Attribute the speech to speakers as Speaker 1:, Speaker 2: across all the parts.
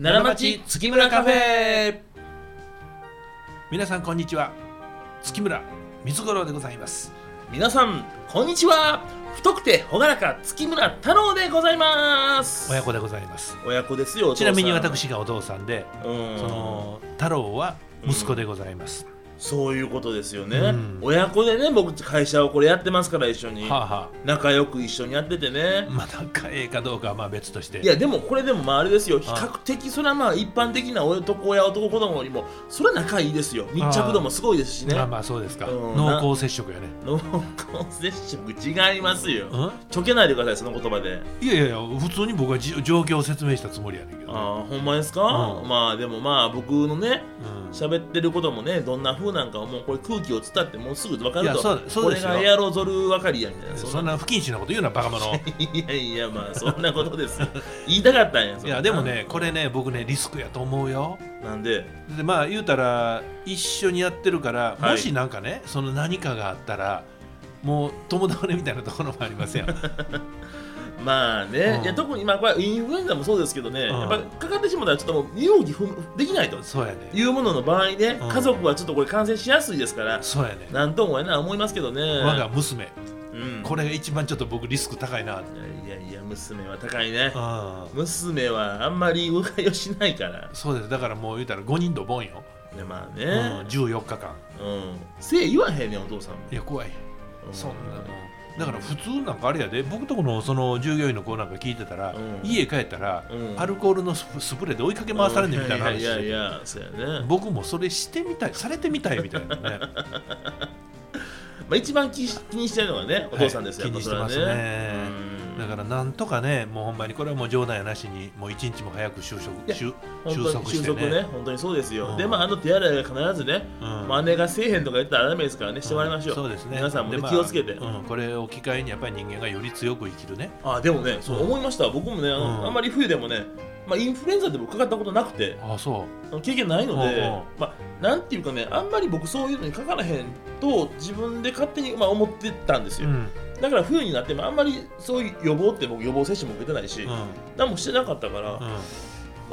Speaker 1: 奈良町月村カフェ
Speaker 2: 皆さんこんにちは月村光五郎でございます
Speaker 1: 皆さんこんにちは太くて朗らか月村太郎でございます
Speaker 2: 親子でございます
Speaker 1: 親子ですよ
Speaker 2: ちなみに
Speaker 1: お父さん
Speaker 2: 私がお父さんで
Speaker 1: うん
Speaker 2: その太郎は息子でございます、
Speaker 1: そういうことですよね、
Speaker 2: うん
Speaker 1: 親子でね僕会社をこれやってますから一緒に、
Speaker 2: はあは
Speaker 1: 仲良く一緒にやっててね
Speaker 2: あ、まあ仲ええかどうかはまあ別として
Speaker 1: いやでもこれでもまああれですよ比
Speaker 2: あ
Speaker 1: 較的それはまあ一般的な男や男子供よりもそれは仲いいですよ密着度もすごいですしね
Speaker 2: まあまあそうですか、
Speaker 1: うん
Speaker 2: 濃厚接触やね
Speaker 1: 濃厚接触違いますよ、
Speaker 2: うん
Speaker 1: ちょけないでくださいその言葉で
Speaker 2: いやいやいや普通に僕はじ状況を説明したつもりやねんけどね、
Speaker 1: ああほんまですか、
Speaker 2: うん
Speaker 1: まあでもまあ僕のね
Speaker 2: うん
Speaker 1: 喋ってることもねどんな風なんかはもうこれ空気を伝ってもうすぐ分か
Speaker 2: い
Speaker 1: る
Speaker 2: や
Speaker 1: と
Speaker 2: そうそう
Speaker 1: こ
Speaker 2: で
Speaker 1: れ
Speaker 2: すよ
Speaker 1: がエアロゾル分かりやみたいな
Speaker 2: そんな不謹慎なこと言うなバカ者
Speaker 1: いやいやまあそんなことですよ 言いたかったんやそ
Speaker 2: い
Speaker 1: んな
Speaker 2: やでもねこれね僕ねリスクやと思うよ
Speaker 1: なんで
Speaker 2: でまあ言うたら一緒にやってるから、
Speaker 1: はい
Speaker 2: もし何かねその何かがあったらもう友倒れみたいなところもあり ませんよ
Speaker 1: まあね、
Speaker 2: うん
Speaker 1: いや特にまあこれインフルエンザもそうですけどね、
Speaker 2: ん
Speaker 1: やっぱかかってしまったらちょっともう身動き不できないと
Speaker 2: そうやね
Speaker 1: いうものの場合ね、
Speaker 2: うん
Speaker 1: 家族はちょっとこれ感染しやすいですから
Speaker 2: そうやね
Speaker 1: なんともやな思いますけどね
Speaker 2: 我が娘
Speaker 1: うん、
Speaker 2: これが一番ちょっと僕リスク高いなって
Speaker 1: いやいや娘は高いね
Speaker 2: あ
Speaker 1: 娘はあんまりうがいをしないから
Speaker 2: そうですだからもう言うたら5人ドボンよ、
Speaker 1: ねまあ
Speaker 2: うん、
Speaker 1: ね、
Speaker 2: 14日間
Speaker 1: うんせい言わへんねんお父さんも、
Speaker 2: いや怖い
Speaker 1: うん
Speaker 2: そんなのだから普通なんかあれやで僕とこのその従業員の子なんか聞いてたら、
Speaker 1: うん
Speaker 2: 家帰ったら、
Speaker 1: うん
Speaker 2: アルコールのスプスプレーで追いかけ回されんねんみたいな話
Speaker 1: いやいやいやそうやね、
Speaker 2: 僕もそれしてみたいされてみたいみたいなね
Speaker 1: まあ、一番気し気にしてるのがねお父さんですよ、
Speaker 2: はい
Speaker 1: やっぱそれは
Speaker 2: 気にしてますね
Speaker 1: うん
Speaker 2: だからなんとかねもうほんまにこれはもう冗談やなしにもう一日も早く就職
Speaker 1: いや
Speaker 2: 就
Speaker 1: 本当
Speaker 2: 収
Speaker 1: に
Speaker 2: 束して
Speaker 1: 収束ね
Speaker 2: ね
Speaker 1: 本当にそうですよ、
Speaker 2: うん
Speaker 1: でまああの手洗いが必ずね、
Speaker 2: うん
Speaker 1: まあ姉がせえへんとか言ったらダメですからねしてもらいましょう,、
Speaker 2: そうですね
Speaker 1: 皆さんもね
Speaker 2: でまあ
Speaker 1: 気をつけて
Speaker 2: うんこれを機会にやっぱり人間がより強く生きるね
Speaker 1: あでもねそう
Speaker 2: うん
Speaker 1: 思いました僕もねあの、
Speaker 2: うん
Speaker 1: あんまり冬でもねまあ、インフルエンザでもかかったことなくて
Speaker 2: ああそ
Speaker 1: あの経験ないので、
Speaker 2: うんうん
Speaker 1: まあ、なんていうかねあんまり僕そういうのにかからへんと自分で勝手に、まあ、思ってたんです
Speaker 2: う、
Speaker 1: よ、
Speaker 2: ん
Speaker 1: だから冬になってもあんまりそういう予防って僕予防接種も受けてないし、
Speaker 2: うん
Speaker 1: 何もしてなかったから、ま
Speaker 2: うん、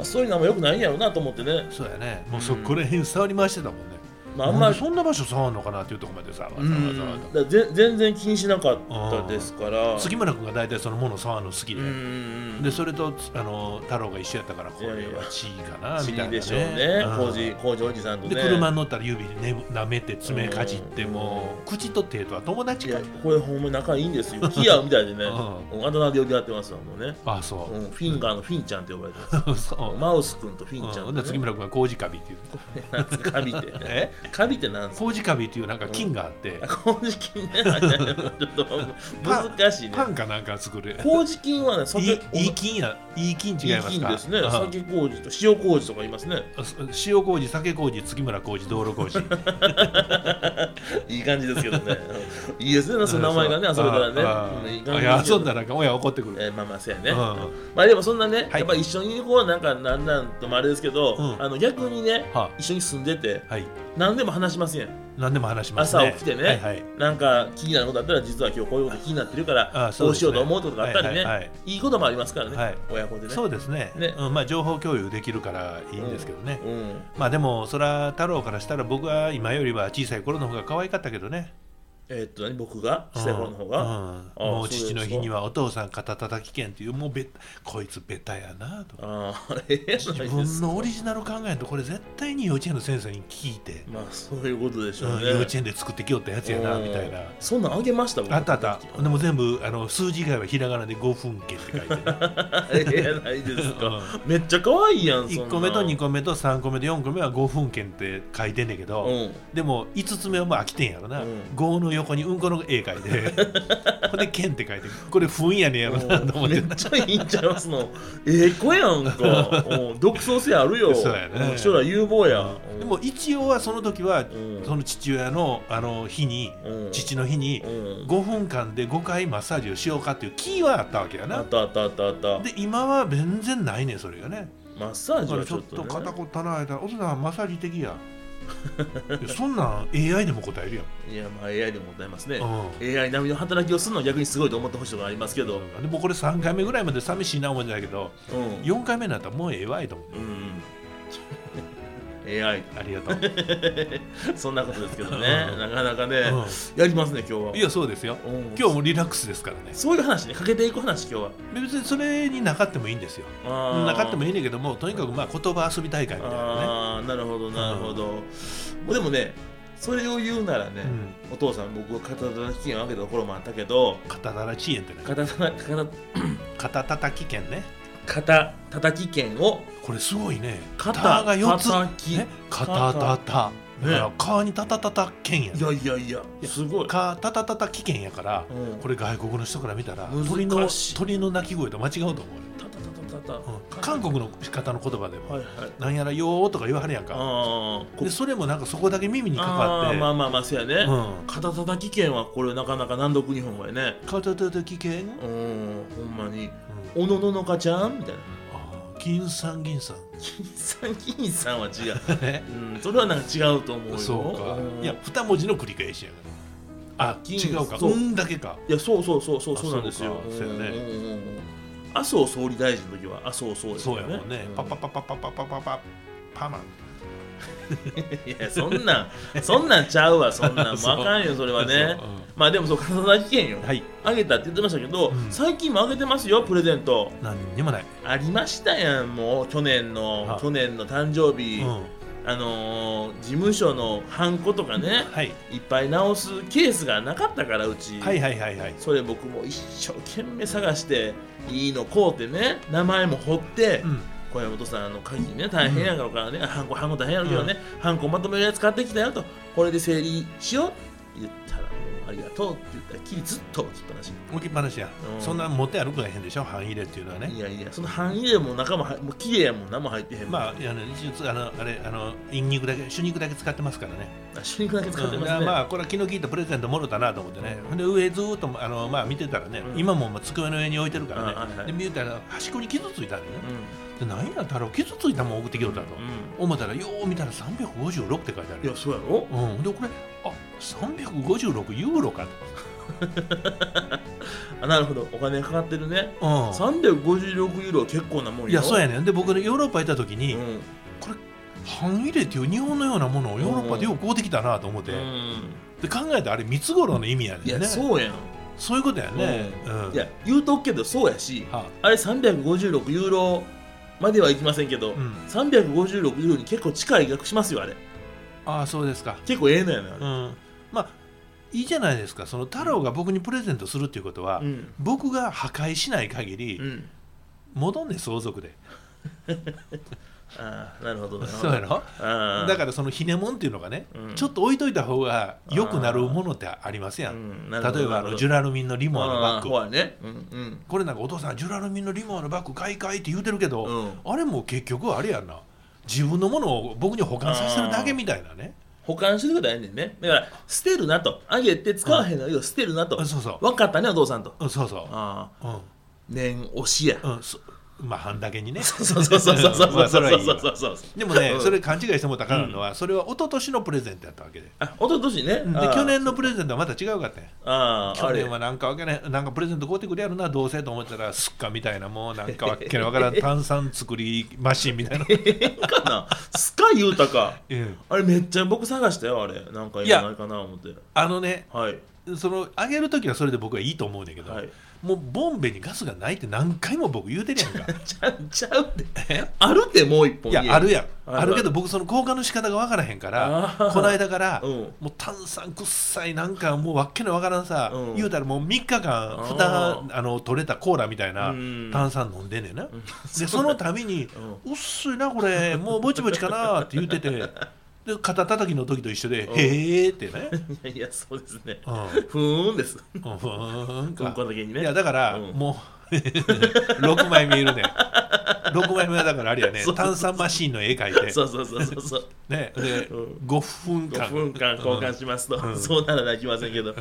Speaker 1: あ、そういうのもよくないんやろうなと思ってね、
Speaker 2: そうやねもうそこら辺触り回してたもんね、
Speaker 1: まあ、あん
Speaker 2: な
Speaker 1: ま
Speaker 2: ん
Speaker 1: り
Speaker 2: でそんな場所触るのかなっていうところまでさわざわ
Speaker 1: う
Speaker 2: ざわ
Speaker 1: ん
Speaker 2: ざ
Speaker 1: だ
Speaker 2: わ
Speaker 1: からぜ全然気にしなかったですから
Speaker 2: ざ杉村君が大体そのもの触るの好き
Speaker 1: う
Speaker 2: で、
Speaker 1: ん
Speaker 2: でそれとあの太郎が一緒やったからこれ
Speaker 1: いやいや
Speaker 2: は地位かなみ
Speaker 1: 地
Speaker 2: たいな、
Speaker 1: 位
Speaker 2: ね、
Speaker 1: でしょうね
Speaker 2: うん
Speaker 1: 工事工事おじさんとね
Speaker 2: で車に乗ったら指ね舐めて爪かじって
Speaker 1: うん
Speaker 2: もう口と手とは友達
Speaker 1: い
Speaker 2: か
Speaker 1: や
Speaker 2: よ
Speaker 1: これほんまに仲いいんですよヒアみたいでね、
Speaker 2: う
Speaker 1: うんあだ名で呼び合ってますわもうね、
Speaker 2: あそう
Speaker 1: うん、フィンガーのフィンちゃんって呼ばれてます
Speaker 2: う そう
Speaker 1: マウス君とフィンちゃ
Speaker 2: うんんで
Speaker 1: と、
Speaker 2: 杉
Speaker 1: ね、
Speaker 2: 村君は麹カビっていう
Speaker 1: カビって
Speaker 2: え
Speaker 1: カビってなんですか
Speaker 2: 麹カビっていうなんか菌があって
Speaker 1: 麹菌ねちょっと難しいね
Speaker 2: パンかなんか作る
Speaker 1: 麹菌はね酒
Speaker 2: いいいい菌やいい菌違いますか
Speaker 1: ですね
Speaker 2: うん
Speaker 1: 酒麹と塩麹とか言いますね
Speaker 2: あそ塩麹酒麹月村麹道路 麹
Speaker 1: いい感じですけどねうんいいですねその名前がね遊べたら
Speaker 2: ああ
Speaker 1: ねうんいい
Speaker 2: あ
Speaker 1: 感じで
Speaker 2: いや
Speaker 1: す
Speaker 2: 遊
Speaker 1: よ
Speaker 2: んだらなんか親怒ってくる
Speaker 1: えーまあまあそうやね、
Speaker 2: うん
Speaker 1: まあでもそんなね、
Speaker 2: はい
Speaker 1: やっぱ一緒にこうなんかなんなんともあれですけど、
Speaker 2: うん
Speaker 1: あの逆にね
Speaker 2: は
Speaker 1: 一緒に住んでて
Speaker 2: はい
Speaker 1: 何でも話しません
Speaker 2: 何でも話しますね
Speaker 1: 朝起きてね
Speaker 2: はいはい
Speaker 1: なんか気になることあったら実は今日こういうこと気になってるから
Speaker 2: あ
Speaker 1: こ
Speaker 2: そう
Speaker 1: う
Speaker 2: です
Speaker 1: し
Speaker 2: ね
Speaker 1: ようと思うってことがあったりね、
Speaker 2: はいい
Speaker 1: い
Speaker 2: はいはい
Speaker 1: こともありますからね、
Speaker 2: はい
Speaker 1: 親子でね
Speaker 2: そうですね
Speaker 1: ね
Speaker 2: うんまあ情報共有できるからいいんですけどね
Speaker 1: うん、
Speaker 2: まあでもそら太郎からしたら僕は今よりは小さい頃の方が可愛かったけどね
Speaker 1: えーっと何僕が小さい頃の方が、
Speaker 2: うん
Speaker 1: あ
Speaker 2: も
Speaker 1: そう
Speaker 2: う
Speaker 1: です
Speaker 2: 父
Speaker 1: か
Speaker 2: の日にはお父さん肩たたき券っていうもうべこいつベタやなと
Speaker 1: ああええ
Speaker 2: 自
Speaker 1: やないです
Speaker 2: 分
Speaker 1: か
Speaker 2: のオリジナル考えんとこれ絶対に幼稚園の先生に聞いて、
Speaker 1: まあそういうことでしょう
Speaker 2: う
Speaker 1: ね、
Speaker 2: ん幼稚園で作ってきよったやつやなみたいな
Speaker 1: うんそんなんあげました僕
Speaker 2: あったあったでも全部あの数字以外はひらがなで5分券って書いてね、
Speaker 1: ええやないです
Speaker 2: う
Speaker 1: か
Speaker 2: ん
Speaker 1: めっちゃ可愛いやんそんな
Speaker 2: 1個目と2個目と3個目と4個目は5分券って書いてんねんけど、
Speaker 1: うん
Speaker 2: でも5つ目はまあ飽きてんやろな、
Speaker 1: うん
Speaker 2: 5の横にうんこの絵書いて ほんで券って書いてこれ不んやねんやろなと思っ
Speaker 1: め
Speaker 2: て
Speaker 1: っちゃいいんちゃいますのええ子やん かうん独創性あるよ
Speaker 2: そうやね
Speaker 1: ん将来有望や
Speaker 2: でも一応はその時は
Speaker 1: うん
Speaker 2: その父親のあの日に
Speaker 1: うん
Speaker 2: 父の日に
Speaker 1: うん
Speaker 2: 5分間で5回マッサージをしようかっていうキーはあったわけや
Speaker 1: あ
Speaker 2: な
Speaker 1: ったあったあったあった
Speaker 2: で今は全然ないねんそれがね
Speaker 1: マッサー
Speaker 2: だ
Speaker 1: ジ
Speaker 2: から
Speaker 1: は
Speaker 2: ち
Speaker 1: ち
Speaker 2: ょ
Speaker 1: ょ
Speaker 2: っ
Speaker 1: っ
Speaker 2: と
Speaker 1: と
Speaker 2: 肩
Speaker 1: ね
Speaker 2: こったなあいたらお父さんマッサージ的やいやそんなん AI でも答えるやん、
Speaker 1: いや、まあ AI でもございますね。
Speaker 2: うん
Speaker 1: AI 並みの働きをするのは逆にすごいと思ってほしいところありますけど。
Speaker 2: でもこれ3回目ぐらいまで寂しいな思うんだけど
Speaker 1: うん。うん
Speaker 2: 4回目になったらもうええわいと思う
Speaker 1: うん。AI、
Speaker 2: ありがとう、
Speaker 1: そんなことですけどね
Speaker 2: う、ん
Speaker 1: なかなかね、
Speaker 2: う
Speaker 1: やりますね、今日は。
Speaker 2: ん、いやそうですよ
Speaker 1: うん
Speaker 2: 今日もリラックスですからね
Speaker 1: そういう話ね、かけていく話、今日は。
Speaker 2: 別にそれになかってもいいんですよ
Speaker 1: あー
Speaker 2: なかってもいいねんだけどもとにかくまあ言葉遊び大会みたいな
Speaker 1: あーなるほどなるほど、でもねそれを言うならね
Speaker 2: ね、うん、
Speaker 1: お父さん僕は肩たたき券をあげたところもあったけど
Speaker 2: 肩たたき券ってね
Speaker 1: 肩た肩
Speaker 2: 肩たたき券ね
Speaker 1: 肩たたき券を
Speaker 2: これすごいね
Speaker 1: 肩
Speaker 2: たが4つ
Speaker 1: たたき
Speaker 2: ね肩たた
Speaker 1: ね
Speaker 2: だから川にたたたた券や
Speaker 1: いやいやいやすごい、
Speaker 2: 肩たたたき券やから
Speaker 1: うん、
Speaker 2: これ外国の人から見たら
Speaker 1: 難しい
Speaker 2: 鳥の鳥の鳴き声と間違うと思うよ
Speaker 1: たたたたた
Speaker 2: うん
Speaker 1: た
Speaker 2: 韓国の方の言葉でも、
Speaker 1: はいはい
Speaker 2: なんやらよーとか言わはるやんか
Speaker 1: あーこ
Speaker 2: でそれもなんかそこだけ耳にかか
Speaker 1: あ
Speaker 2: っ
Speaker 1: ー
Speaker 2: て、
Speaker 1: まあまあまあそうやね、
Speaker 2: うん、
Speaker 1: 肩たたき券はこれなかなか難読日本語やね
Speaker 2: 片手で危険、うん、
Speaker 1: うんほんまに「おのののかちゃん」みたいな
Speaker 2: あー金さん銀さん
Speaker 1: 金さん金さんは違 う
Speaker 2: ね
Speaker 1: うん、それはなんか違うと思うよ。
Speaker 2: そうか
Speaker 1: ん
Speaker 2: いや二文字の繰り返しやからあ
Speaker 1: 銀
Speaker 2: 違うか
Speaker 1: そう
Speaker 2: うんだけか
Speaker 1: いやそうそうそうそう
Speaker 2: あ
Speaker 1: そうなんですよ。
Speaker 2: そうかそうやね
Speaker 1: んうんうんうん麻生総理大臣の時は麻生総理、ね、
Speaker 2: そうやもんね、パッパッ
Speaker 1: パ。
Speaker 2: パッパッパッパッパッパッパパマン
Speaker 1: いやそんなんそんなんちゃうわそんなん
Speaker 2: そう
Speaker 1: もうあかんよそれはね
Speaker 2: そ。
Speaker 1: まあでもそう片田危険よ
Speaker 2: ううん。はい
Speaker 1: あげたって言ってましたけど、
Speaker 2: うん
Speaker 1: 最近もあげてますよプレゼント
Speaker 2: 何にもない、
Speaker 1: ありましたやんもう去年の
Speaker 2: あ
Speaker 1: 去年の誕生
Speaker 2: う
Speaker 1: 日、
Speaker 2: ん、
Speaker 1: あのー事務所のハンコとかね
Speaker 2: はい
Speaker 1: いっぱい直すケースがなかったからうち。
Speaker 2: はいはいはいはい
Speaker 1: それ僕も一生懸命探していいのこうってね名前も彫って、
Speaker 2: うん
Speaker 1: 小山本さんあの鍵ね大変やからね、ハンコハンコ大変やろうけどね、ハンコまとめるやつ買ってきたよとこれで整理しようって言ったらもうありがとうって言ったらきりずっと置きっぱなし、
Speaker 2: 置きっぱなしや、
Speaker 1: うん
Speaker 2: そんな持って歩くがへんでしょ半入れっていうのはね
Speaker 1: いやいやその範囲でも中もはもう綺麗やもん何も入ってへんもん
Speaker 2: まあ、あの、一応あの、あれ、あの、インニクだけ、主肉だけ使ってますからね。
Speaker 1: あ主肉だけ使って
Speaker 2: うん
Speaker 1: ま
Speaker 2: だから
Speaker 1: すね、
Speaker 2: まあ、これは気の利いたプレゼントもろたなと思ってね。ほんで、上ずーっと、あの、まあ、見てたらね、
Speaker 1: うん
Speaker 2: 今も、まあ、机の上に置いてるからね。
Speaker 1: あはいはい
Speaker 2: で、見てたら、端っこに傷ついたんよ
Speaker 1: う
Speaker 2: ね。
Speaker 1: ん
Speaker 2: で、なんや、太郎、傷ついたもん送ってきよったと。
Speaker 1: うん
Speaker 2: 思ったら、よう見たら、三百五十六って書いてあ
Speaker 1: い
Speaker 2: る
Speaker 1: や。そうやろ
Speaker 2: うん、で、これ、あ、三百五十六ユーロかと。
Speaker 1: あなるほどお金かかってるね
Speaker 2: う
Speaker 1: 356ユーロは結構なもんよ
Speaker 2: ん。いや、そう
Speaker 1: や、
Speaker 2: やねん。で、僕、ヨーロッパ行った時に、
Speaker 1: うん
Speaker 2: 半入れっていう日本のようなものをヨーロッパでよく買うてきたなと思って。
Speaker 1: うん、
Speaker 2: で、考えたら、あれ、三つ頃の意味やねん
Speaker 1: い
Speaker 2: ね。
Speaker 1: や、そうやん
Speaker 2: そういうことやね。うん。
Speaker 1: いや言うとくけどそうやし
Speaker 2: は
Speaker 1: あれ356ユーロまではいきませんけど、
Speaker 2: うん
Speaker 1: 356ユーロに結構近い額しますよあれ
Speaker 2: あ、ああ、そうですか。
Speaker 1: 結構ええのやな、
Speaker 2: う
Speaker 1: ね
Speaker 2: ん。まあ、いいじゃないですか。その太郎が僕にプレゼントするっていうことは、
Speaker 1: うん
Speaker 2: 僕が破壊しない限り、
Speaker 1: うん、
Speaker 2: 戻んねん相続で。
Speaker 1: ああなるほどなるほ
Speaker 2: そうや
Speaker 1: ど
Speaker 2: ろ
Speaker 1: ああ
Speaker 2: だからそのひねもんっていうのがね、
Speaker 1: うん
Speaker 2: ちょっと置いといた方が良くなるものってありますや。
Speaker 1: うんんな
Speaker 2: 例
Speaker 1: るほど
Speaker 2: えばあ
Speaker 1: なる
Speaker 2: の
Speaker 1: ほど
Speaker 2: ジュラルミンのリモアの
Speaker 1: あ
Speaker 2: バ
Speaker 1: あ
Speaker 2: ッ
Speaker 1: 怖
Speaker 2: グ。
Speaker 1: いねうん
Speaker 2: これなんかお父さん、ジュラルミンのリモアのバッグ買い買いって言うてるけど、
Speaker 1: うんうん
Speaker 2: あれも結局あれやんな。自分のものを僕に保管させてるだけみたいなね。
Speaker 1: 保管してることはええねんねだから捨てるなとあげて使わへんのよ捨てるなと
Speaker 2: うんそうそう
Speaker 1: 分かったねお父さんと
Speaker 2: うん、そうそ
Speaker 1: ああ
Speaker 2: う。うん
Speaker 1: 念押しや
Speaker 2: うん、そまあ半だけにね
Speaker 1: そうそうそうそうそう
Speaker 2: まあ
Speaker 1: そ
Speaker 2: そ
Speaker 1: う
Speaker 2: れ
Speaker 1: そ
Speaker 2: はいいうわ
Speaker 1: そうそう
Speaker 2: でもね
Speaker 1: うん
Speaker 2: それ勘違いしてもたからんのは、それは一昨年のプレゼントやったわけで
Speaker 1: あ一昨年ね
Speaker 2: で
Speaker 1: ああ
Speaker 2: 去年のプレゼントはまた違うかったんや
Speaker 1: ああ
Speaker 2: 去
Speaker 1: あれ
Speaker 2: 年はなんかわけないなんかプレゼント買うてくれやろなどうせと 思ったらスッカみたいなもうなんかわっけのわからん炭酸作りマシン みたいな、
Speaker 1: かなスカユータか
Speaker 2: うん
Speaker 1: あれめっちゃ僕探したよあれなんかいらないかな思って
Speaker 2: あのね
Speaker 1: はい
Speaker 2: そのあげる時はそれで僕はいいと思うねんだけど、
Speaker 1: はい
Speaker 2: もうボンベにガスがないって何回も僕言うてるやんか
Speaker 1: ちゃうちゃうって
Speaker 2: え
Speaker 1: あるってもう一本
Speaker 2: いやあるやん
Speaker 1: ある
Speaker 2: あるけど僕その交換の仕方がわからへんから
Speaker 1: あー
Speaker 2: この間から
Speaker 1: うん
Speaker 2: もう炭酸くっさいなんかもうわっけのわからんさ、
Speaker 1: うん
Speaker 2: 言うたらもう3日間
Speaker 1: ー
Speaker 2: 蓋あの取れたコーラみたいな
Speaker 1: うん
Speaker 2: 炭酸飲んでんねんな、でそのたびに「うっすいなこれもうぼちぼちかな」って言っててで肩たたきの時と一緒で「
Speaker 1: うん
Speaker 2: へえ」ってね、
Speaker 1: いやいやそうですね
Speaker 2: うん
Speaker 1: ふーんです
Speaker 2: うんふーん
Speaker 1: うん
Speaker 2: か
Speaker 1: こだけに
Speaker 2: い
Speaker 1: ね
Speaker 2: やだから、
Speaker 1: うん
Speaker 2: もう6枚見えるね6枚目はだからあれやね
Speaker 1: そうそうそう
Speaker 2: 炭酸マシーンの絵描いて
Speaker 1: そうそうそうそうそう
Speaker 2: ねで
Speaker 1: う
Speaker 2: 5分間
Speaker 1: 5分間交換しますと、
Speaker 2: うん
Speaker 1: そうなら泣きませんけど、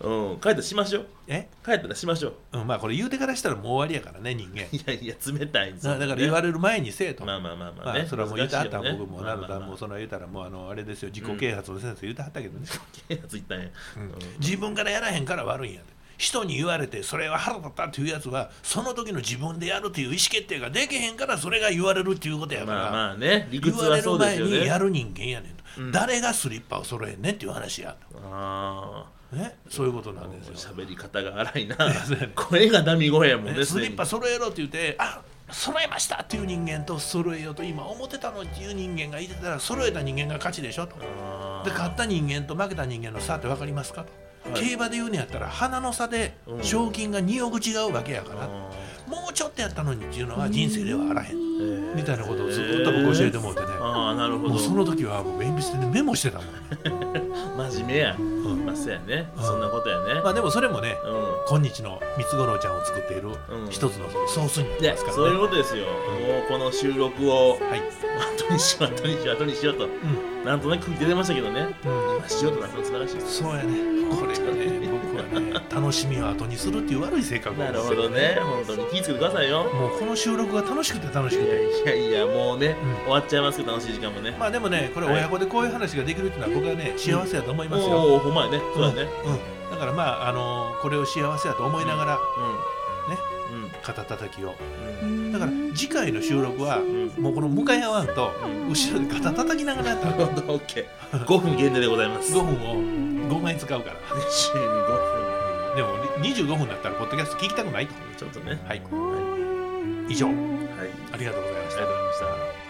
Speaker 1: うん帰ったらしましょう
Speaker 2: え、
Speaker 1: 帰ったらしましょう
Speaker 2: うん、まあこれ言うてからしたらもう終わりやからね 人間
Speaker 1: いやいや冷たいんですよ、
Speaker 2: だ
Speaker 1: ね、
Speaker 2: だから言われる前にせえと、
Speaker 1: ま
Speaker 2: ま
Speaker 1: あまあまあまあ
Speaker 2: あ
Speaker 1: ね、
Speaker 2: それはもう言うてはった、
Speaker 1: 難しいよね
Speaker 2: 僕も
Speaker 1: まあ
Speaker 2: なる
Speaker 1: まあ
Speaker 2: だ
Speaker 1: まあ
Speaker 2: もうその言うたらもうあのあれですよ自己啓発の先生言うてはったけどね、
Speaker 1: やついったんや、うん
Speaker 2: 自分からやらへんから悪いんやで人に言われてそれは腹立ったっていうやつはその時の自分でやるという意思決定ができへんからそれが言われるっていうことやから、
Speaker 1: まあまあね理
Speaker 2: 言
Speaker 1: 屈
Speaker 2: わ
Speaker 1: は
Speaker 2: れる
Speaker 1: そうで
Speaker 2: 前
Speaker 1: すよ
Speaker 2: にや
Speaker 1: ね
Speaker 2: る人間やねんと、誰がスリッパを揃えんねんっていう話や
Speaker 1: あ
Speaker 2: と、ね、そういうことな
Speaker 1: あ
Speaker 2: んですよ、
Speaker 1: 喋り方が荒 いな
Speaker 2: そうやね
Speaker 1: 声がダミ声やもん
Speaker 2: ね
Speaker 1: ね
Speaker 2: スリッパ
Speaker 1: す
Speaker 2: 揃えろって言ってあ揃えましたっていう人間と揃えようと今思ってたのっていう人間がいてたら揃えた人間が勝ちでしょと
Speaker 1: でにあ
Speaker 2: で勝った人間と負けた人間の差って分かりますかと、
Speaker 1: はい
Speaker 2: 競馬で言うのやったら花の差で
Speaker 1: うん
Speaker 2: 賞金が2億違うわけやから、
Speaker 1: あ
Speaker 2: もうちょっとやったのにっていうのは人生ではあらへん、
Speaker 1: ー
Speaker 2: みたいなことをずっと僕教えてもらってね、
Speaker 1: ああなるほ
Speaker 2: も
Speaker 1: ど
Speaker 2: うその時はもう鉛筆でメモしてたもん、
Speaker 1: 真面目や、まあそうやね、そんなことやね、
Speaker 2: まあでもそれもね、
Speaker 1: うん
Speaker 2: 今日の三つ五郎ちゃんを作っている
Speaker 1: うん
Speaker 2: 一つのソースになり
Speaker 1: ね
Speaker 2: ますか
Speaker 1: そう
Speaker 2: ら
Speaker 1: いう
Speaker 2: ね、
Speaker 1: ことですよ、もうこの収録を
Speaker 2: はい、
Speaker 1: 後にしよう後にしよう後にしようと
Speaker 2: う
Speaker 1: なんとなく出てましたけどね
Speaker 2: んうん
Speaker 1: 今しようとなったの素晴らしいです
Speaker 2: そうやねこれがね僕はね楽しみを後にするっていう悪い性格
Speaker 1: な
Speaker 2: なん
Speaker 1: る
Speaker 2: です
Speaker 1: ほ
Speaker 2: よ
Speaker 1: どね本当に気ぃつけてくださいよ
Speaker 2: もうこの収録が楽しくて楽し
Speaker 1: い
Speaker 2: くて
Speaker 1: やいやいやもうね、
Speaker 2: うん
Speaker 1: 終わっちゃいますけど楽しい時間もね、
Speaker 2: まあでもねこれ親子でこういう話ができるっていうのは僕はね幸せだと思いますよ、
Speaker 1: おおほんまやねそうだね
Speaker 2: うん、だからまあ、あのーこれを幸せだと思いながら
Speaker 1: うんうん
Speaker 2: 肩たたきを
Speaker 1: うん
Speaker 2: だから次回の収録は
Speaker 1: うん
Speaker 2: もうこの向かい合わんと
Speaker 1: うん
Speaker 2: 後ろで肩たたきながらやった
Speaker 1: な
Speaker 2: ら
Speaker 1: るほどオッケー5分限定でございます
Speaker 2: 5分を5枚使うから
Speaker 1: 週に5
Speaker 2: でも25分だったらポッドキャスト聞きたくないと
Speaker 1: 分ちょっとね
Speaker 2: は
Speaker 1: は
Speaker 2: い
Speaker 1: い、
Speaker 2: 以上
Speaker 1: はい、あり
Speaker 2: ありがとうございまし
Speaker 1: が
Speaker 2: た
Speaker 1: とうございました